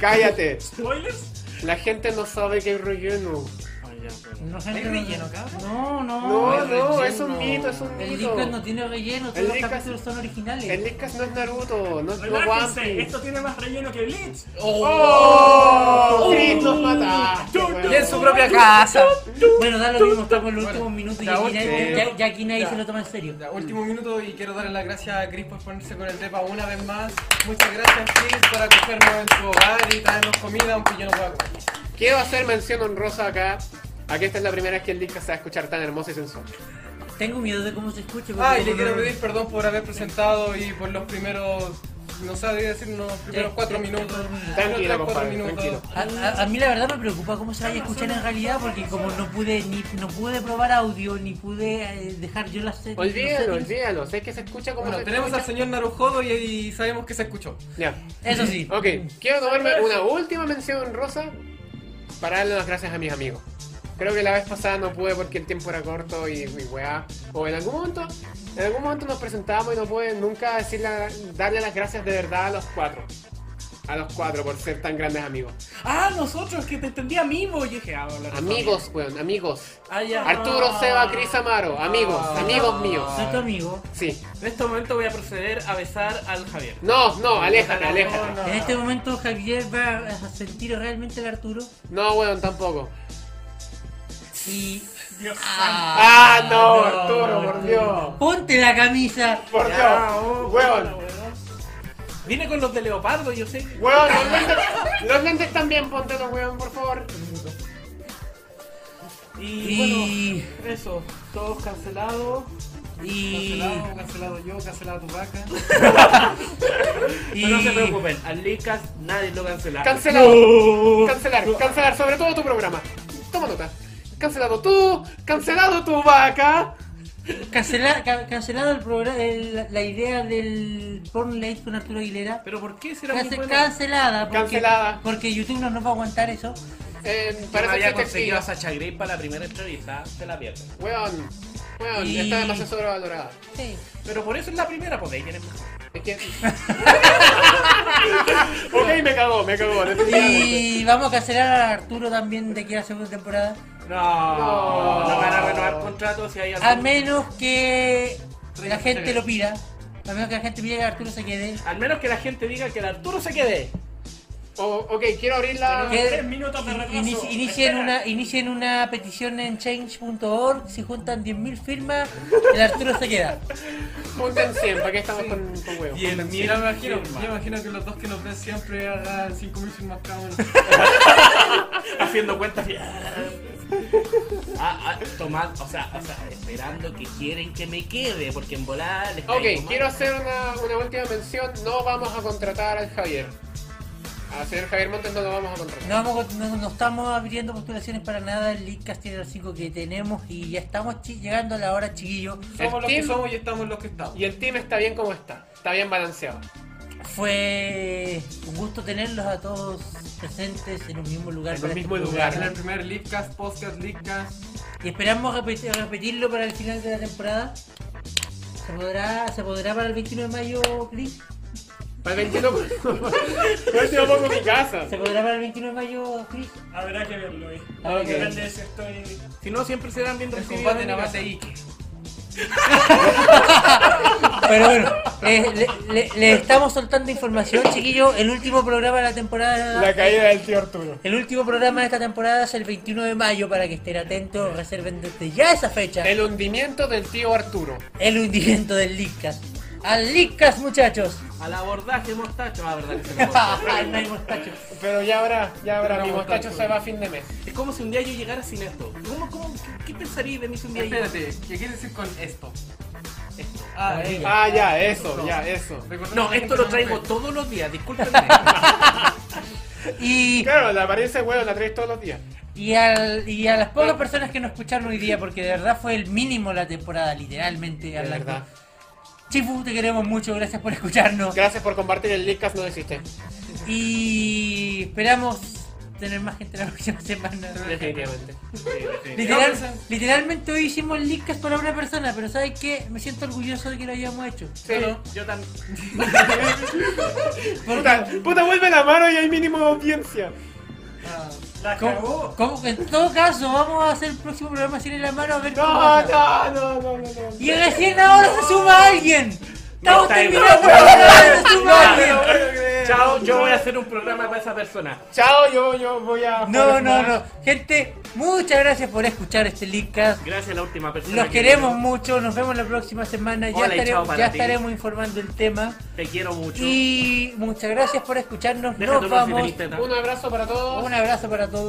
cállate. spoilers. La gente no sabe que hay relleno. Ay, ya, bueno. No, gente, ¿Hay no- relleno, cabrón? No, no. No, el- no, es un mito, es un El mito. disco no tiene relleno, El todos los Lickers- capítulos son originales. El Lickas no es Naruto, no es no Relájense, One Piece. esto tiene más relleno que Bleach. ¡Oh! ¡Chris, los mataste, Y en su weón. propia casa. Bueno, da lo mismo, estamos en los últimos minutos y ya ya aquí último nadie- minuto. ya- ya aquí nadie Ya. se lo toma en serio. Ya, último minuto y quiero darle las gracias a Chris por ponerse con el depa una vez más. Muchas gracias Chris por acogernos en tu hogar y traernos comida, aunque yo no pueda comer. Quiero hacer mención honrosa acá. Aquí esta es la primera vez que el Lickas se va a escuchar tan hermoso y sensual. Tengo miedo de cómo se escuche. porque Ah, y le como quiero no- pedir perdón por haber presentado y por los primeros, no sabría decir, los primeros Sí, cuatro sí, minutos. cuatro minutos. Tranquilo, Los compadre, tranquilo. A, a- a mí la verdad me preocupa cómo se vaya a escuchar en realidad porque como no pude ni no pude probar audio ni pude eh, dejar yo las Olvídalo, los settings. olvídalo. Sé que se escucha como. Bueno, se tenemos al escucha. señor Narujodo y, y sabemos que se escuchó. Ya. Eso sí. Ok, quiero tomarme una última mención rosa para darle las gracias a mis amigos. Creo que la vez pasada no pude porque el tiempo era corto y, y weá. O en algún momento, en algún momento nos presentábamos y no pude nunca decirle, darle las gracias de verdad a los cuatro. A los cuatro por ser tan grandes amigos. Ah, nosotros, que te entendí a mí, bo. Yo dije, ah, hablar de Amigos, weón, amigos. Ah, ya. Arturo, Seba, Cris Amaro, amigos, amigos míos. Soy tu amigo. Sí. En este momento voy a proceder a besar al Javier. No, no, aléjate, aléjate. No, En este momento Javier va a sentir realmente el Arturo No, weón, tampoco. y Dios Ah, no, Arturo, por Dios. ponte la camisa. Por Dios, Ah, oh, weón. Viene con los de Leopardo, yo sé. Weón, los lentes, los lentes también, póntelos, weón, por favor. Y, Y bueno, eso. Todos cancelados. y Cancelado, cancelado yo, cancelado tu vaca. y- Pero no se preocupen, al Licas nadie lo cancela. Cancelado. Cancelar, cancelar, sobre todo tu programa. Toma nota. Cancelado tú, cancelado tu vaca. Cancela- ca- cancelado el programa, la idea del Porn Late con Arturo Aguilera. Pero ¿por qué será muy Cance- bueno? cancelada, porque, Cancelada. porque YouTube no nos va a aguantar eso. Eh, Yo no parece había que conseguido a te Sacha Grey para la primera entrevista, se la pierde. Weón, weón, Y- está demasiado sobrevalorada. Sí. Pero por eso es la primera, porque ahí tienen más. Es que. ok, me cagó, me cagó. definitivamente. Y vamos a cancelar a Arturo también de aquí a la segunda temporada. No, no, No. van a renovar contratos si hay algún... A menos que la gente lo pida. A menos que la gente pida que Arturo se quede. Al menos que la gente diga que el Arturo se quede. O- ok, quiero abrir la. Que- Tres minutos de retraso. inici- Inicien Espera. una, inicien una petición en change.org. Si juntan 10.000 firmas, el Arturo se queda. Junten 100, ¿para qué estamos con, con huevos? el Sí, yo me imagino, yo me imagino que los dos que nos ven siempre hagan 5.000 firmas cada uno. haciendo cuentas y... Ah, ah, tomad- o sea, o sea, esperando que quieren que me quede, porque en volada les caigo Ok, mal. quiero hacer una, una última mención. No vamos a contratar al Javier. A señor Javier Montes no lo vamos a contratar. No, vamos- no- no estamos abriendo postulaciones para nada. El Leadcast tiene los 5 que tenemos y ya estamos chi- llegando a la hora, chiquillo. Somos El los que team- somos y estamos los que estamos. Este Y el team está bien como está. Está bien balanceado. Fue un gusto tenerlos a todos presentes en un mismo lugar. En para un este mismo programa. En el primer Leadcast, Podcast, Leadcast. Y esperamos repet- repetirlo para el final de la temporada. ¿Se podrá, ¿Se podrá para el 21 de mayo, Chris? Para el 21 Por eso yo pongo mi casa. ¿Se podrá para el 21 de mayo, Chris? Habrá que verlo, eh. Habrá que Depende de si estoy. Si no, siempre serán bien El recibidos. combate en en la mi base casa. Ike. Pero bueno, eh, le, le- le estamos soltando información, chiquillo. El último programa de la temporada. La caída del tío Arturo. El último programa de esta temporada es el 21 de mayo para que estén atentos, reserven desde ya esa fecha. El hundimiento del tío Arturo. El hundimiento del Lickas. ¡Al Lickas, muchachos! Al abordaje, mostacho. Ah, verdad que se me cortó. no hay mostacho. Pero ya habrá, ya habrá. Pero Mi vamos mostacho tanto. se va a fin de mes. Es como si un día yo llegara sin esto. ¿Cómo, cómo, qué, qué pensaría de mí si un día yo... Espérate, ¿qué quiere decir con esto? Esto. Ah, eh. Ah, ya, eso, ya, eso. Recordemos No, que esto gente lo no traigo ve. todos los días, discúlpenme. Y, Claro, la apariencia de huevo la traes todos los días. y, al- y a las pocas personas que nos escucharon hoy día, porque de verdad fue el mínimo la temporada, literalmente De hablando. verdad. Chifu, te queremos mucho, gracias por escucharnos. Gracias por compartir el Leadcast, no existe. Y esperamos tener más gente la próxima semana. Definitivamente. Literal- No, pues, literalmente hoy hicimos licas para una persona, pero ¿sabes qué? Me siento orgulloso de que lo hayamos hecho. Sí. yo también. Puta, puta, vuelve la mano y hay mínimo audiencia. La ¿Cómo, cagó. cómo- en todo caso, vamos a hacer el próximo programa sin en la mano a ver cómo No, pasa. no, no, no, no. no. Y recién ahora se suma alguien. Estamos está terminando bien. el programa, se suma alguien. Chao, yo voy a hacer un programa para esa persona. Chao, yo, yo voy a. No, jugar no, más. no. Gente, muchas gracias por escuchar este Lickcast. Gracias a la última persona. Los que- queremos mucho, nos vemos la próxima semana. Ya, Hola y chao estaremos, para ya ti. estaremos informando el tema. Te quiero mucho. Y muchas gracias por escucharnos. Déjate un Nos dulce de vamos. Instagram. Un abrazo para todos. Un abrazo para todos.